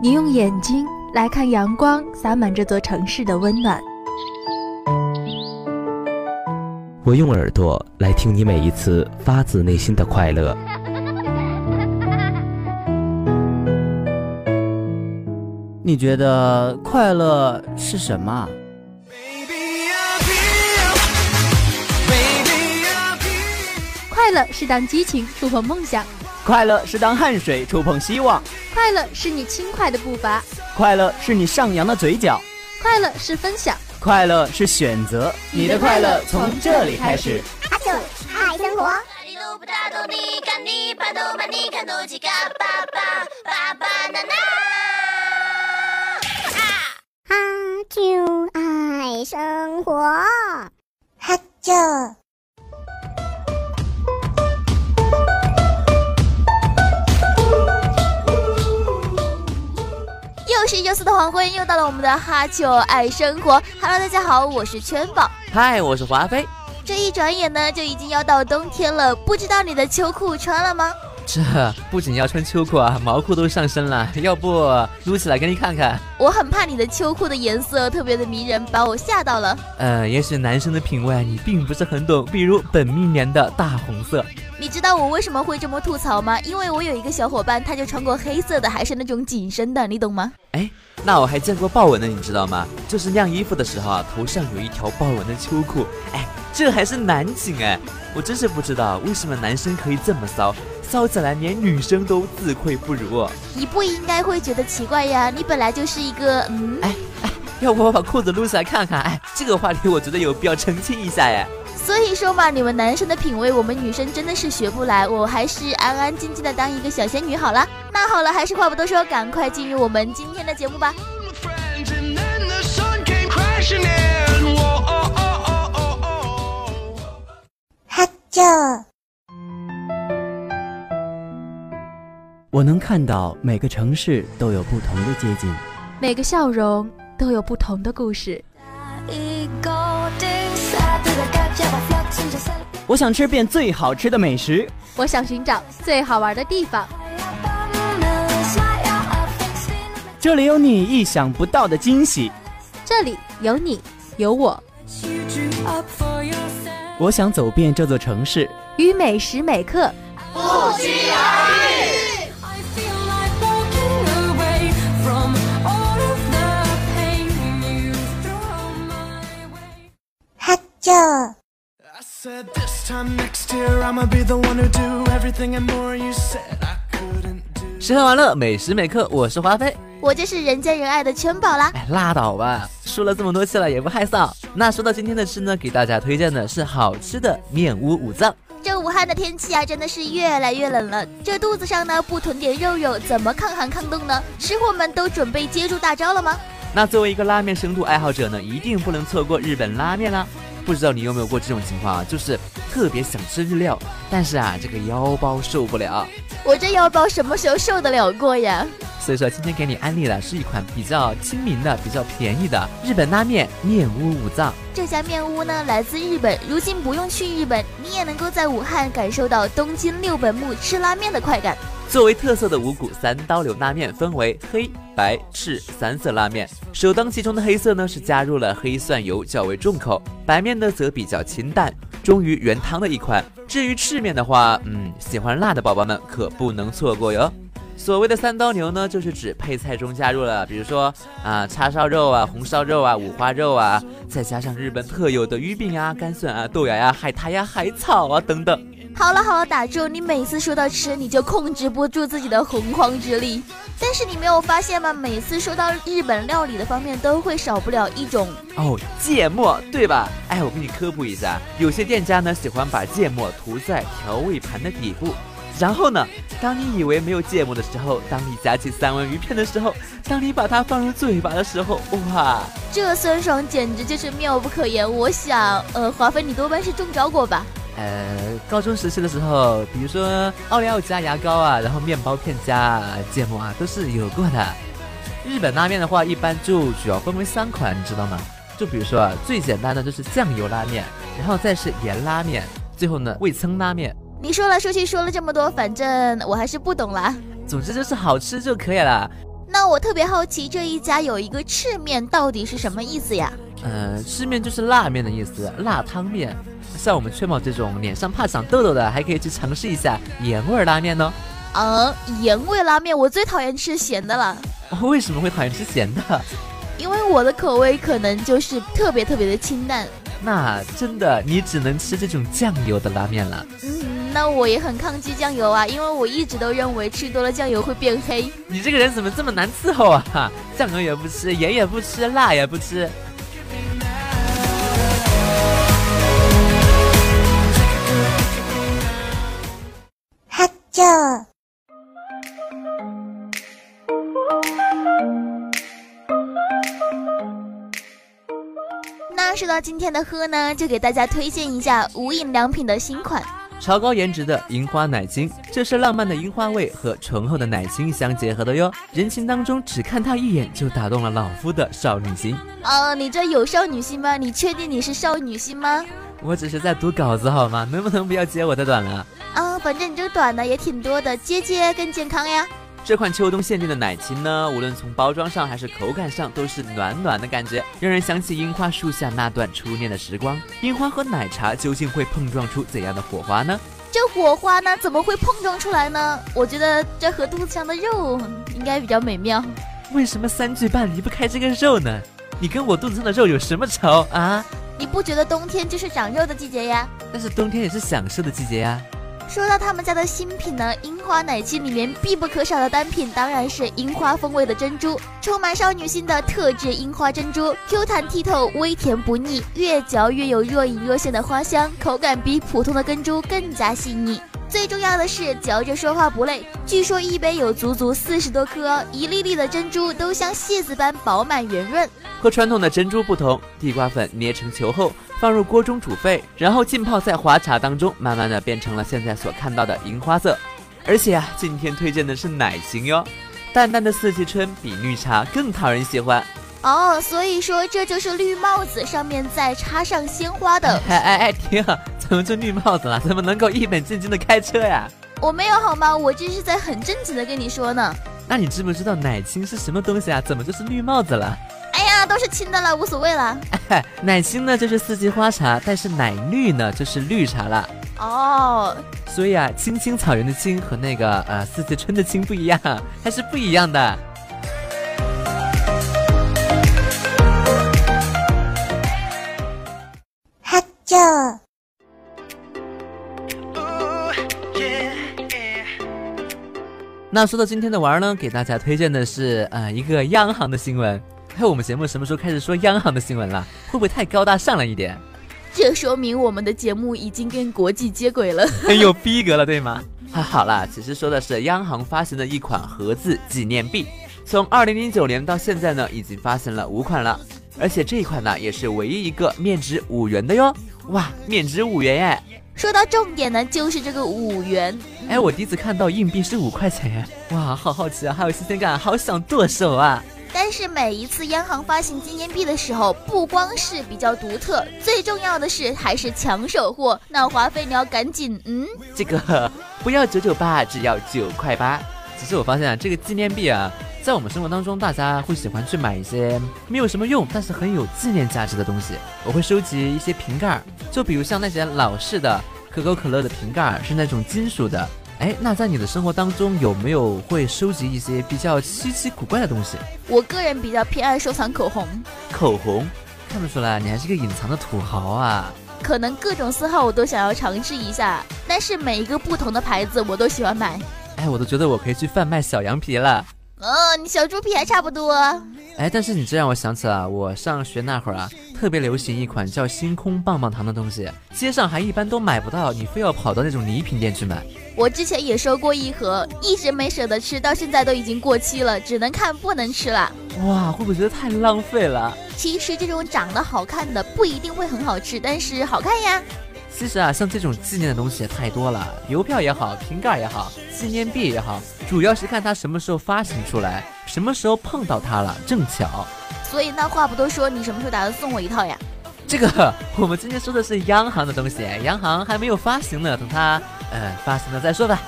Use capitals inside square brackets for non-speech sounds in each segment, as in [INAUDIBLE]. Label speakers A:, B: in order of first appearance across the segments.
A: 你用眼睛来看阳光洒满这座城市的温暖。
B: 我用耳朵来听你每一次发自内心的快乐。
C: 你觉得快乐是什么啊？
A: 快乐是当激情触碰梦想，
C: 快乐是当汗水触碰希望，
A: 快乐是你轻快的步伐，
C: 快乐是你上扬的嘴角，
A: 快乐是分享。
C: 快乐是选择。
A: 你的快乐从这里开始。
D: 阿九爱生活。
E: À,
D: 阿九爱生活。阿九。
F: 又是又四的黄昏，又到了我们的哈秋爱生活。Hello，大家好，我是圈宝。
G: 嗨，我是华妃。
F: 这一转眼呢，就已经要到冬天了，不知道你的秋裤穿了吗？
G: 这不仅要穿秋裤啊，毛裤都上身了，要不撸起来给你看看？
F: 我很怕你的秋裤的颜色特别的迷人，把我吓到了。
G: 呃，也许男生的品味啊你并不是很懂，比如本命年的大红色。
F: 你知道我为什么会这么吐槽吗？因为我有一个小伙伴，他就穿过黑色的，还是那种紧身的，你懂吗？
G: 哎，那我还见过豹纹的，你知道吗？就是晾衣服的时候啊，头上有一条豹纹的秋裤。哎，这还是男寝哎，我真是不知道为什么男生可以这么骚，骚起来连女生都自愧不如。
F: 你不应该会觉得奇怪呀，你本来就是一个嗯。
G: 要不我把裤子撸起来看看？哎，这个话题我觉得有必要澄清一下哎。
F: 所以说嘛，你们男生的品味，我们女生真的是学不来。我还是安安静静的当一个小仙女好了。那好了，还是话不多说，赶快进入我们今天的节目吧。
D: 阿九。
C: 我能看到每个城市都有不同的街景。
A: 每个笑容都有不同的故事。
C: 我想吃遍最好吃的美食。
A: 我想寻找最好玩的地方，
C: 这里有你意想不到的惊喜。
A: 这里有你，有我，
C: 我想走遍这座城市。
A: 与每时每刻。
D: 阿九。
H: Said this time next year I'ma be the one who do everything and more you said I couldn't do
G: 吃喝玩乐，每时每刻，我是华妃。
F: 我就是人见人爱的圈宝啦。
G: 哎，拉倒吧，说了这么多次了，也不害臊。那说到今天的吃呢，给大家推荐的是好吃的面屋五脏。
F: 这武汉的天气啊，真的是越来越冷了。这肚子上呢，不囤点肉肉，怎么抗寒抗冻呢？吃货们都准备接住大招了吗？
G: 那作为一个拉面深度爱好者呢，一定不能错过日本拉面啦。不知道你有没有过这种情况啊？就是特别想吃日料，但是啊，这个腰包受不了。
F: 我这腰包什么时候受得了过呀？
G: 所以说，今天给你安利的是一款比较亲民的、比较便宜的日本拉面面屋五脏。
F: 这家面屋呢，来自日本，如今不用去日本，你也能够在武汉感受到东京六本木吃拉面的快感。
G: 作为特色的五谷三刀流拉面，分为黑、白、赤三色拉面。首当其冲的黑色呢是加入了黑蒜油，较为重口；白面呢则比较清淡，忠于原汤的一款。至于赤面的话，嗯，喜欢辣的宝宝们可不能错过哟。所谓的三刀牛呢，就是指配菜中加入了，比如说啊叉烧肉啊、红烧肉啊、五花肉啊，再加上日本特有的鱼饼啊、干笋啊、豆芽呀、海苔呀、海草啊等等。
F: 好了好了，打住！你每次说到吃，你就控制不住自己的洪荒之力。但是你没有发现吗？每次说到日本料理的方面，都会少不了一种。
G: 哦，芥末对吧？哎，我给你科普一下，有些店家呢喜欢把芥末涂在调味盘的底部，然后呢，当你以为没有芥末的时候，当你夹起三文鱼片的时候，当你把它放入嘴巴的时候，哇！
F: 这酸爽简直就是妙不可言。我想，呃，华妃你多半是中着过吧？
G: 呃，高中时期的时候，比如说奥利奥加牙膏啊，然后面包片加芥末啊，都是有过的。日本拉面的话，一般就主要分为三款，你知道吗？就比如说啊，最简单的就是酱油拉面，然后再是盐拉面，最后呢味噌拉面。
F: 你说来说去说了这么多，反正我还是不懂啦。
G: 总之就是好吃就可以了。
F: 那
I: 那我特别好奇，这一家有一个赤面到底是什么意思呀？
G: 呃，赤面就是辣面的意思，辣汤面。像我们雀毛这种脸上怕长痘痘的，还可以去尝试一下盐味儿拉面呢。
I: 嗯，盐味拉面我最讨厌吃咸的了，
G: 我哦为什么会讨厌吃咸的？
I: 因为我的口味可能就是特别特别的清淡。
G: 那真的你只能吃这种酱油的拉面了。
I: 嗯，那我也很抗拒酱油啊，因为我一直都认为吃多了酱油会变黑。
G: 你这个人怎么这么难伺候啊？ [LAUGHS] 酱油也不吃，盐也不吃，辣也不吃。
D: hát chờ
I: 那说到今天的喝呢，就给大家推荐一下无印良品的新款。
G: 超高颜值的樱花奶精，这是浪漫的樱花味和醇厚的奶精相结合的哟。人群当中只看它一眼就打动了老夫的少女心。
I: 呃，你这有少女心吗？你确定你是少女心吗？
G: 我只是在读稿子好吗？能不能不要揭我的短了？
I: 啊、反正你这个短的也挺多的，接接更健康呀。
G: 这款秋冬限定的奶青呢，无论从包装上还是口感上，都是暖暖的感觉，让人想起樱花树下那段初恋的时光。樱花和奶茶究竟会碰撞出怎样的火花呢？
I: 这火花呢，怎么会碰撞出来呢？我觉得这和肚子上的肉应该比较美妙。
G: 为什么三句半离不开这个肉呢？你跟我肚子上的肉有什么仇啊？
I: 你不觉得冬天就是长肉的季节呀？
G: 但是冬天也是享受的季节呀、
I: 说到他们家的新品呢，樱花奶精里面必不可少的单品当然是樱花风味的珍珠，充满少女心的特制樱花珍珠，Q 弹剔透，微甜不腻，越嚼越有若隐若现的花香，口感比普通的根珠更加细腻。最重要的是嚼着说话不累，据说一杯有足足四十多颗哦，一粒粒的珍珠都像蟹子般饱满圆润。
G: 和传统的珍珠不同，地瓜粉捏成球后，放入锅中煮沸，然后浸泡在花茶当中，慢慢的变成了现在所看到的银花色。而且啊，今天推荐的是奶型哟，淡淡的四季春比绿茶更讨人喜欢。
I: 哦，所以说这就是绿帽子上面再插上鲜花的
G: 哎哎哎，停，怎么就绿帽子了？怎么能够一本正经的开车呀？
I: 我没有好吗？我这是在很正经的跟你说呢。
G: 那你知不知道奶青是什么东西啊？怎么就是绿帽子了？
I: 哎呀，都是亲的了，无所谓了。
G: 嗨，奶青呢就是四季花茶，但是奶绿呢就是绿茶啦。
I: 哦，
G: 所以啊，青青草原的青和那个呃四季春的青不一样，它是不一样的。
D: hát chờ
A: Ooh, yeah, yeah.
G: 那说到今天的玩儿呢，给大家推荐的是呃一个央行的新闻。哎，我们节目什么时候开始说央行的新闻了？会不会太高大上了一点？
I: 这说明我们的节目已经跟国际接轨了。
G: [LAUGHS] 很有哎逼格了，对吗？啊，好啦，其实说的是央行发行的一款盒子纪念币，从二零零九年到现在呢，已经发行了五款了，而且这一款呢，也是唯一一个面值五元的哟。哇，面值五元哎！
I: 说到重点呢，就是这个五元。
G: 哎，我第一次看到硬币是五块钱，哇，好好奇啊，好有新鲜感，好想剁手啊！
I: 但是每一次央行发行纪念币的时候，不光是比较独特，最重要的是还是抢手货。那华妃你要赶紧，嗯，
G: 这个 [LAUGHS] 不要九九八，只要九块八。只是我发现啊，这个纪念币啊，在我们生活当中，大家会喜欢去买一些没有什么用，但是很有纪念价值的东西。我会收集一些瓶盖，儿，就比如像那些老式的可口可乐的瓶盖儿是那种金属的。哎，那在你的生活当中有没有会收集一些比较稀奇古怪的东西？
I: 我个人比较偏爱收藏口红，
G: 口红，看不出来你还是个隐藏的土豪啊！
I: 可能各种色号我都想要尝试一下，但是每一个不同的牌子我都喜欢买。
G: 哎，我都觉得我可以去贩卖小羊皮了。
I: 哦，你小猪皮还差不多。
G: 哎，但是你这让我想起了我上学那会儿啊，特别流行一款叫星空棒棒糖的东西，街上还一般都买不到，你非要跑到那种礼品店去买。
I: 我之前也收过一盒，一直没舍得吃，到现在都已经过期了，只能看不能吃了。
G: 哇，会不会觉得太浪费了？
I: 其实这种长得好看的不一定会很好吃，但是好看呀。
G: 其实啊，像这种纪念的东西也太多了，邮票也好，瓶盖也好，纪念币也好，主要是看它什么时候发行出来，什么时候碰到它了，正巧。
I: 所以那话不多说，你什么时候打算送我一套呀？
G: 这个 [LAUGHS] 我们今天说的是央行的东西，央行还没有发行呢，等它呃发行了再说吧。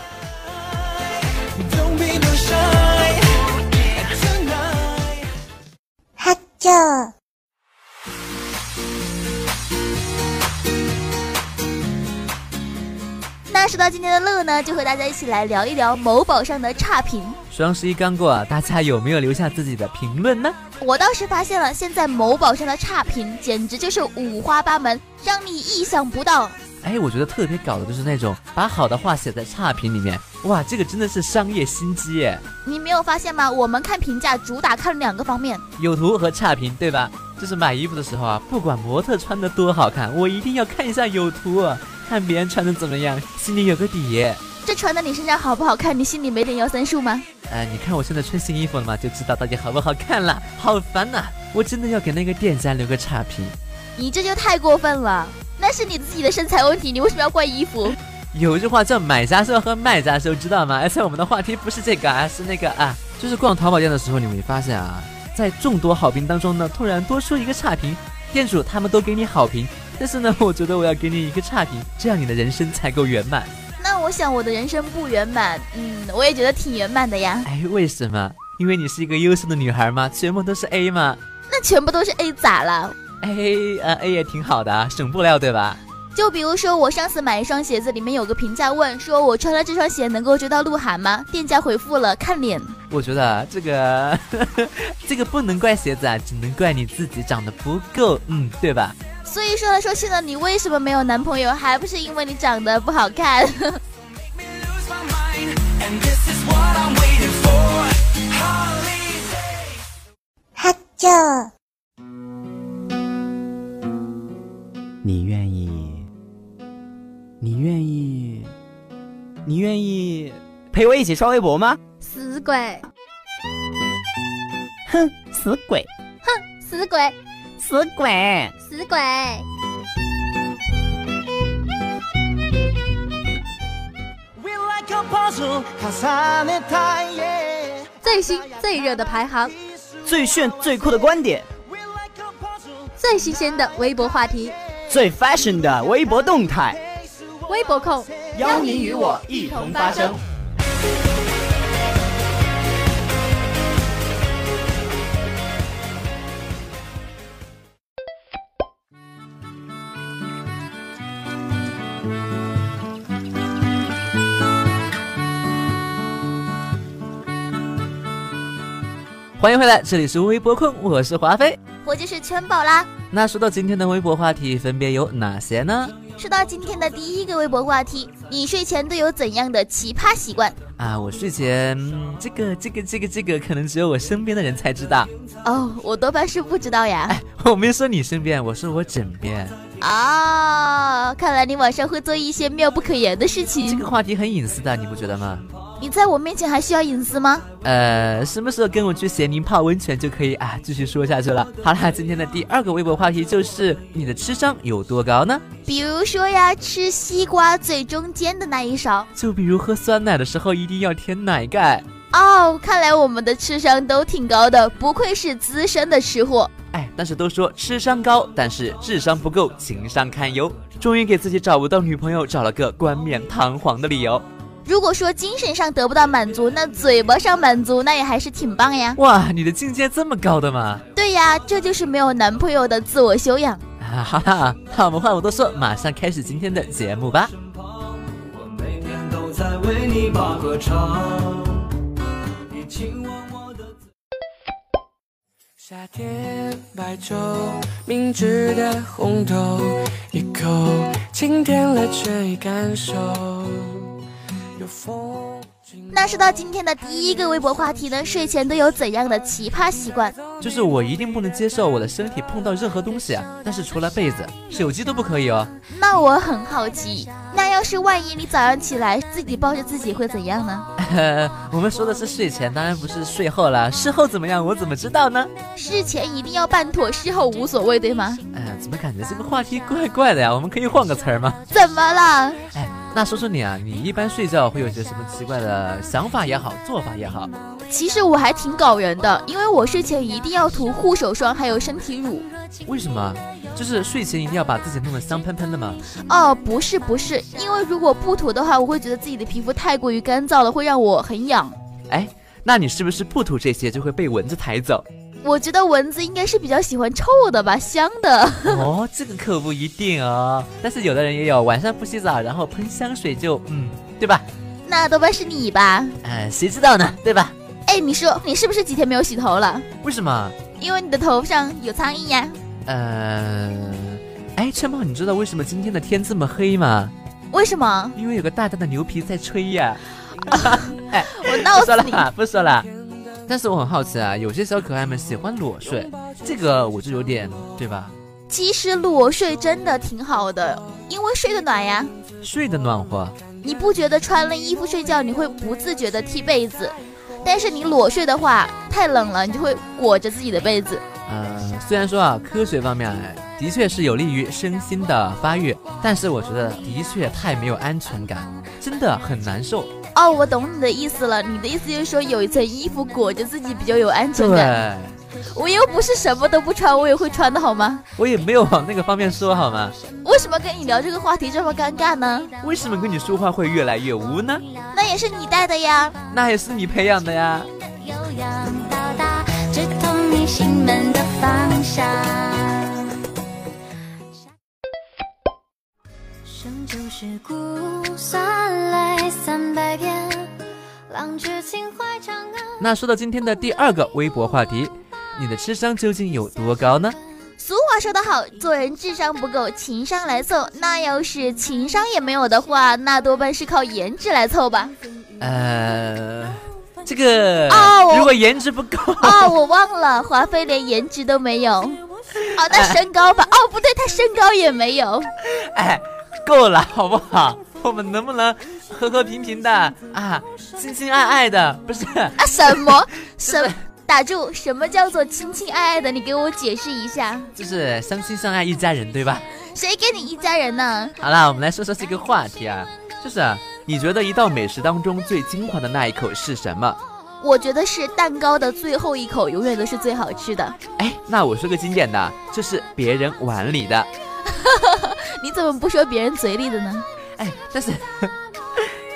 A: Don't be no shy. Tonight.
D: 就
I: 那说到今天的乐呢，就和大家一起来聊一聊某宝上的差评。
G: 双十一刚过啊，大家有没有留下自己的评论呢？
I: 我当时发现了，现在某宝上的差评简直就是五花八门，让你意想不到。
G: 哎，我觉得特别搞的就是那种把好的话写在差评里面，哇，这个真的是商业心机耶！
I: 你没有发现吗？我们看评价主打看两个方面，
G: 有图和差评，对吧？就是买衣服的时候啊，不管模特穿的多好看，我一定要看一下有图、啊，看别人穿的怎么样，心里有个底。
I: 这穿在你身上好不好看，你心里没点摇三数吗？
G: 哎，你看我现在穿新衣服了吗？就知道到底好不好看了。好烦呐、我真的要给那个店家留个差评。
I: 你这就太过分了，那是你自己的身材问题，你为什么要怪衣服？
G: 有一句话叫“买家秀和卖家秀”，知道吗？而哎且我们的话题不是这个啊，是那个啊，就是逛淘宝店的时候，你会发现啊，在众多好评当中呢，突然多出一个差评，店主他们都给你好评，但是呢，我 [LAUGHS] 觉得我要给你一个差评，这样你的人生才够圆满。
I: 那我想我的人生不圆满，嗯，我也觉得挺圆满的呀。
G: 哎，为什么？因为你是一个优秀的女孩吗？全部都是 A 吗？
I: 那全部都是 A 咋了？
G: A 呃 A 也挺好的啊，省布料对吧？
I: 就比如说，我上次买一双鞋子，里面有个评价问说，我穿了这双鞋能够追到鹿晗吗？店家回复了看脸。
G: 我觉得啊这个 [LAUGHS] 这个不能怪鞋子啊，只能怪你自己长得不够，嗯，对吧？
I: 所以说来说去呢，你为什么没有男朋友？还不是因为你长得不好看。 [LAUGHS]
A: Make me lose my mind, and this is what I'm waiting for. Holiday.
D: はちょ
C: 你愿意？你愿意？你愿意陪我一起刷微博吗？
J: 死鬼，
C: 哼，死鬼，
J: 死鬼，
C: 死鬼！
J: 死鬼！
A: We're like a puzzle, 重ねたい yeah.
J: 最新最热的排行，
C: 最炫最酷的观点，
A: We're like a puzzle,
J: 最新鲜的微博话题，
C: 最 fashion 的微博动态，
J: 微博控
C: 邀您与我一同发声。
G: 欢迎回来，这里是微博控，我是华妃。
I: 我就是圈宝啦。
G: 那说到今天的微博话题，分别有哪些呢？
I: 说到今天的第一个微博话题，你睡前都有怎样的奇葩习惯？
G: 啊，我睡前、嗯这个这个这个这个，可能只有我身边的人才知道。 [LAUGHS]
I: 哦，我多半是不知道呀。
G: 我没说你身边，我说我枕边。
I: 啊、看来你晚上会做一些妙不可言的事
G: 这
I: 情。
G: 个话题很隐私的，你不觉得吗？
I: 你在我面前还需要隐私吗？
G: 呃，什么时候跟我去咸宁泡温泉就可以啊？继续说下去了。 [LAUGHS] 好啦，今天的第二个微博话题就是你的智商有多高呢？
I: 比如说呀，吃西瓜最中间的那一勺。
G: 就比如喝酸奶的时候一定要舔奶盖。
I: 哦，看来我们的智商都挺高的，不愧是资深的吃货。
G: 哎，但是都说智商高，但是智商不够，情商堪忧。终于给自己找不到女朋友找了个冠冕堂皇的理由。
I: 如果说精神上得不到满足，那嘴巴上满足，那也还是挺棒呀。
G: 哇，你的境界这么高的吗？
I: 对呀，这就是没有男朋友的自我修养。
G: 啊，好啦，那我们话不多说，马上开始今天的节目吧。
A: 我每天都在为你把歌唱，你亲吻我的嘴。夏天白昼，明治的红豆，一口清甜了却已感受。有风景
I: 那说到今天的第一个微博话题呢，睡前都有怎样的奇葩习惯？
G: 就是我一定不能接受我的身体碰到任何东西啊，但是除了被子、手机都不可以哦。
I: 那我很好奇，那要是万一你早上起来自己抱着自己会怎样呢？
G: 呃，我们说的是睡前，当然不是睡后啦。事后怎么样，我怎么知道呢？
I: 事前一定要办妥，事后无所谓，对吗？
G: 呃，怎么感觉这个话题怪怪的呀？我们可以换个词儿吗？
I: 怎么了？
G: 哎，那说说你啊，你一般睡觉会有些什么奇怪的想法也好，做法也好？
I: 其实我还挺搞人的，因为我睡前一定要涂护手霜，还有身体乳。
G: 为什么？啊就是睡前一定要把自己弄得香喷喷的吗？
I: 哦，不是不是，因为如果不涂的话，我会觉得自己的皮肤太过于干燥了，会让我很痒。
G: 哎，那你是不是不涂这些就会被蚊子抬走？ [LAUGHS]
I: 我觉得蚊子应该是比较喜欢臭的吧，香的。 [LAUGHS]
G: 哦，这个可不一定啊。但是有的人也有晚上不洗澡，然后喷香水就嗯，对吧？
I: 那多半是你吧？
G: 哎，谁知道呢，对吧？
I: 哎，你说你是不是几天没有洗头了？
G: 为什么？
I: 因为你的头上有苍蝇呀。
G: 呃，哎，春宝，你知道为什么今天的天这么黑吗？
I: 为什么？
G: 因为有个大大的牛皮在吹呀、哎，
I: 我
G: 不
I: 闹死
G: 说
I: 你！
G: 了，不说了。但是我很好奇啊，有些小可爱们喜欢裸睡，这个我就有点对吧？
I: 其实裸睡真的挺好的，因为睡得暖呀。
G: 睡得暖和，
I: 你不觉得穿了衣服睡觉你会不自觉的踢被子？但是你裸睡的话，太冷了，你就会裹着自己的被子。
G: 呃，虽然说啊，科学方面啊的确是有利于身心的发育，但是我觉得的确太没有安全感，真的很难受。
I: 哦，我懂你的意思了，你的意思就是说有一层衣服裹着自己比较有安全感。
G: 对，
I: 我又不是什么都不穿，我也会穿的好吗？
G: 我也没有往那个方面说好吗？
I: 为什么跟你聊这个话题这么尴尬呢？
G: 为什么跟你说话会越来越污呢？
I: 那也是你带的呀。
G: 那也是你培养的呀。
E: 有氧到达，直通你心门的方向。生就是苦酸泪三百遍，浪掷情怀长安。
G: 那说到今天的第二个微博话题，你的智商究竟有多高呢？
I: 俗话说得好，做人智商不够，情商来凑。那要是情商也没有的话，那多半是靠颜值来凑吧。
G: 呃，这个、
I: 啊哦我
G: 如果颜值不够，
I: 哦，我忘了，华妃连颜值都没有。哦，那身高吧。哦，不对，她身高也没有。
G: [LAUGHS] 哎，够了，好不好？ [LAUGHS] 我们能不能和和平平的啊，亲亲爱爱的？不是， [LAUGHS]
I: 啊，什么什
G: 真的？
I: 打住！什么叫做亲亲爱爱的？你给我解释一下，
G: 就是相亲相爱一家人，对吧？
I: 谁跟你一家人呢？
G: 好啦，我们来说说这个话题啊，就是啊，你觉得一道美食当中最精华的那一口是什么？
I: 我觉得是蛋糕的最后一口永远都是最好吃的。
G: 哎，那我说个经典的，就是别人碗里的。
I: 你怎么不说别人嘴里的呢？
G: 哎，但是 [LAUGHS]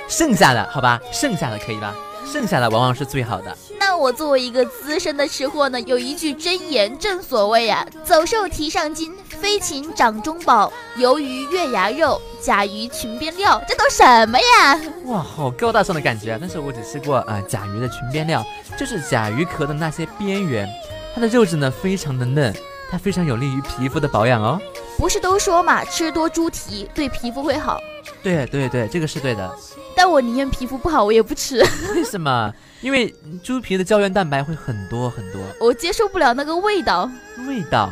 G: 剩下的好吧，剩下的可以吧？剩下的往往是最好的。
I: 那我作为一个资深的吃货呢，有一句真言，正所谓呀、走兽蹄上筋，飞禽掌中宝，鱿鱼月牙肉，甲鱼裙边料，这都什么呀？
G: 哇，好高大上的感觉啊！但是我只吃过啊、呃甲鱼的裙边料，就是甲鱼壳的那些边缘，它的肉质呢非常的嫩，它非常有利于皮肤的保养哦。
I: 不是都说嘛，吃多猪蹄对皮肤会好，
G: 对对对，这个是对的。
I: 但我宁愿皮肤不好，我也不吃， [LAUGHS]
G: 为什么？因为猪皮的胶原蛋白会很多很多，
I: 我接受不了那个味道。
G: 味道。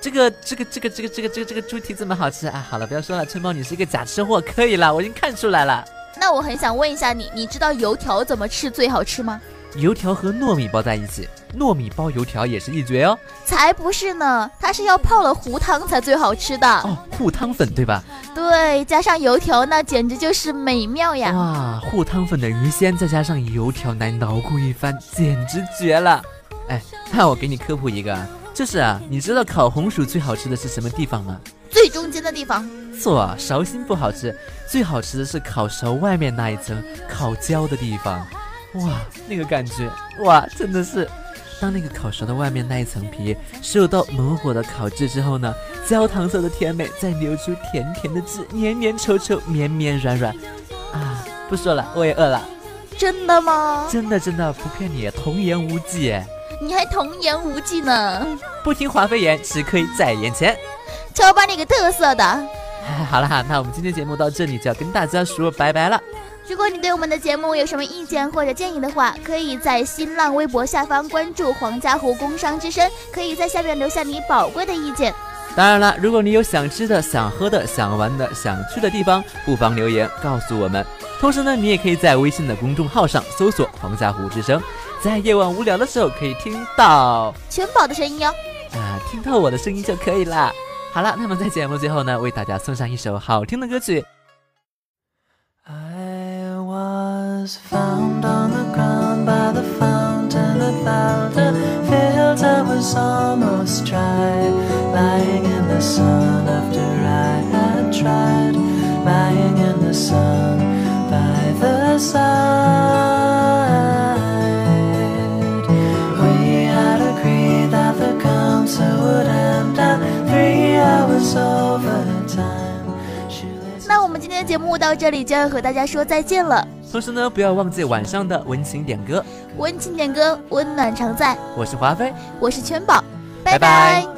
G: 这个这个这个这个这个这个这个猪蹄这么好吃啊！好了，不要说了，春猫你是一个假吃货，可以了，我已经看出来了。
I: 那我很想问一下你，你知道油条怎么吃最好吃吗？
G: 油条和糯米包在一起，糯米包油条也是一绝哦。
I: 才不是呢，它是要泡了糊汤才最好吃的。
G: 哦，糊汤粉对吧？
I: 对，加上油条，那简直就是美妙呀！
G: 哇，糊汤粉的鱼鲜再加上油条来捣鼓一番，简直绝了！哎，那我给你科普一个啊，就是啊，你知道烤红薯最好吃的是什么地方吗？
I: 最中间的地方，
G: 错，绍兴不好吃，最好吃的是烤熟外面那一层烤焦的地方。哇，那个感觉，哇，真的是，当那个烤熟的外面那一层皮受到猛火的烤制之后呢，焦糖色的甜美再流出甜甜的汁，黏黏稠稠，绵绵软软。啊，不说了，我也饿了，
I: 真的吗？
G: 真的真的不骗你，童言无忌，
I: 你还童言无忌呢，
G: 不听华妃言，吃亏在眼前。 [LAUGHS]
I: 瞧把你给嘚瑟的。
G: 哎，好了，那我们今天节目到这里就要跟大家说拜拜了。
I: 如果你对我们的节目有什么意见或者建议的话，可以在新浪微博下方关注“黄家湖工商之声”，可以在下面留下你宝贵的意见。
G: 当然了，如果你有想吃的、想喝的、想玩的、想去的地方，不妨留言告诉我们。同时呢，你也可以在微信的公众号上搜索“黄家湖之声”，在夜晚无聊的时候可以听到
I: 全宝的声音哟，
G: 啊、听到我的声音就可以啦。好了，那么在节目最后呢，为大家送上一首好听的歌曲。
A: I was found on the ground by the fountain about the fields. I was almost dry, lying in the sun after I had tried, lying in the sun by the side. We had agreed that.
I: 那我们今天的节目到这里就要和大家说再见了。
G: 同时呢，不要忘记晚上的温情点歌。
I: 温情点歌，温暖常在。
G: 我是华妃，
I: 我是全宝，
G: 拜拜
I: 拜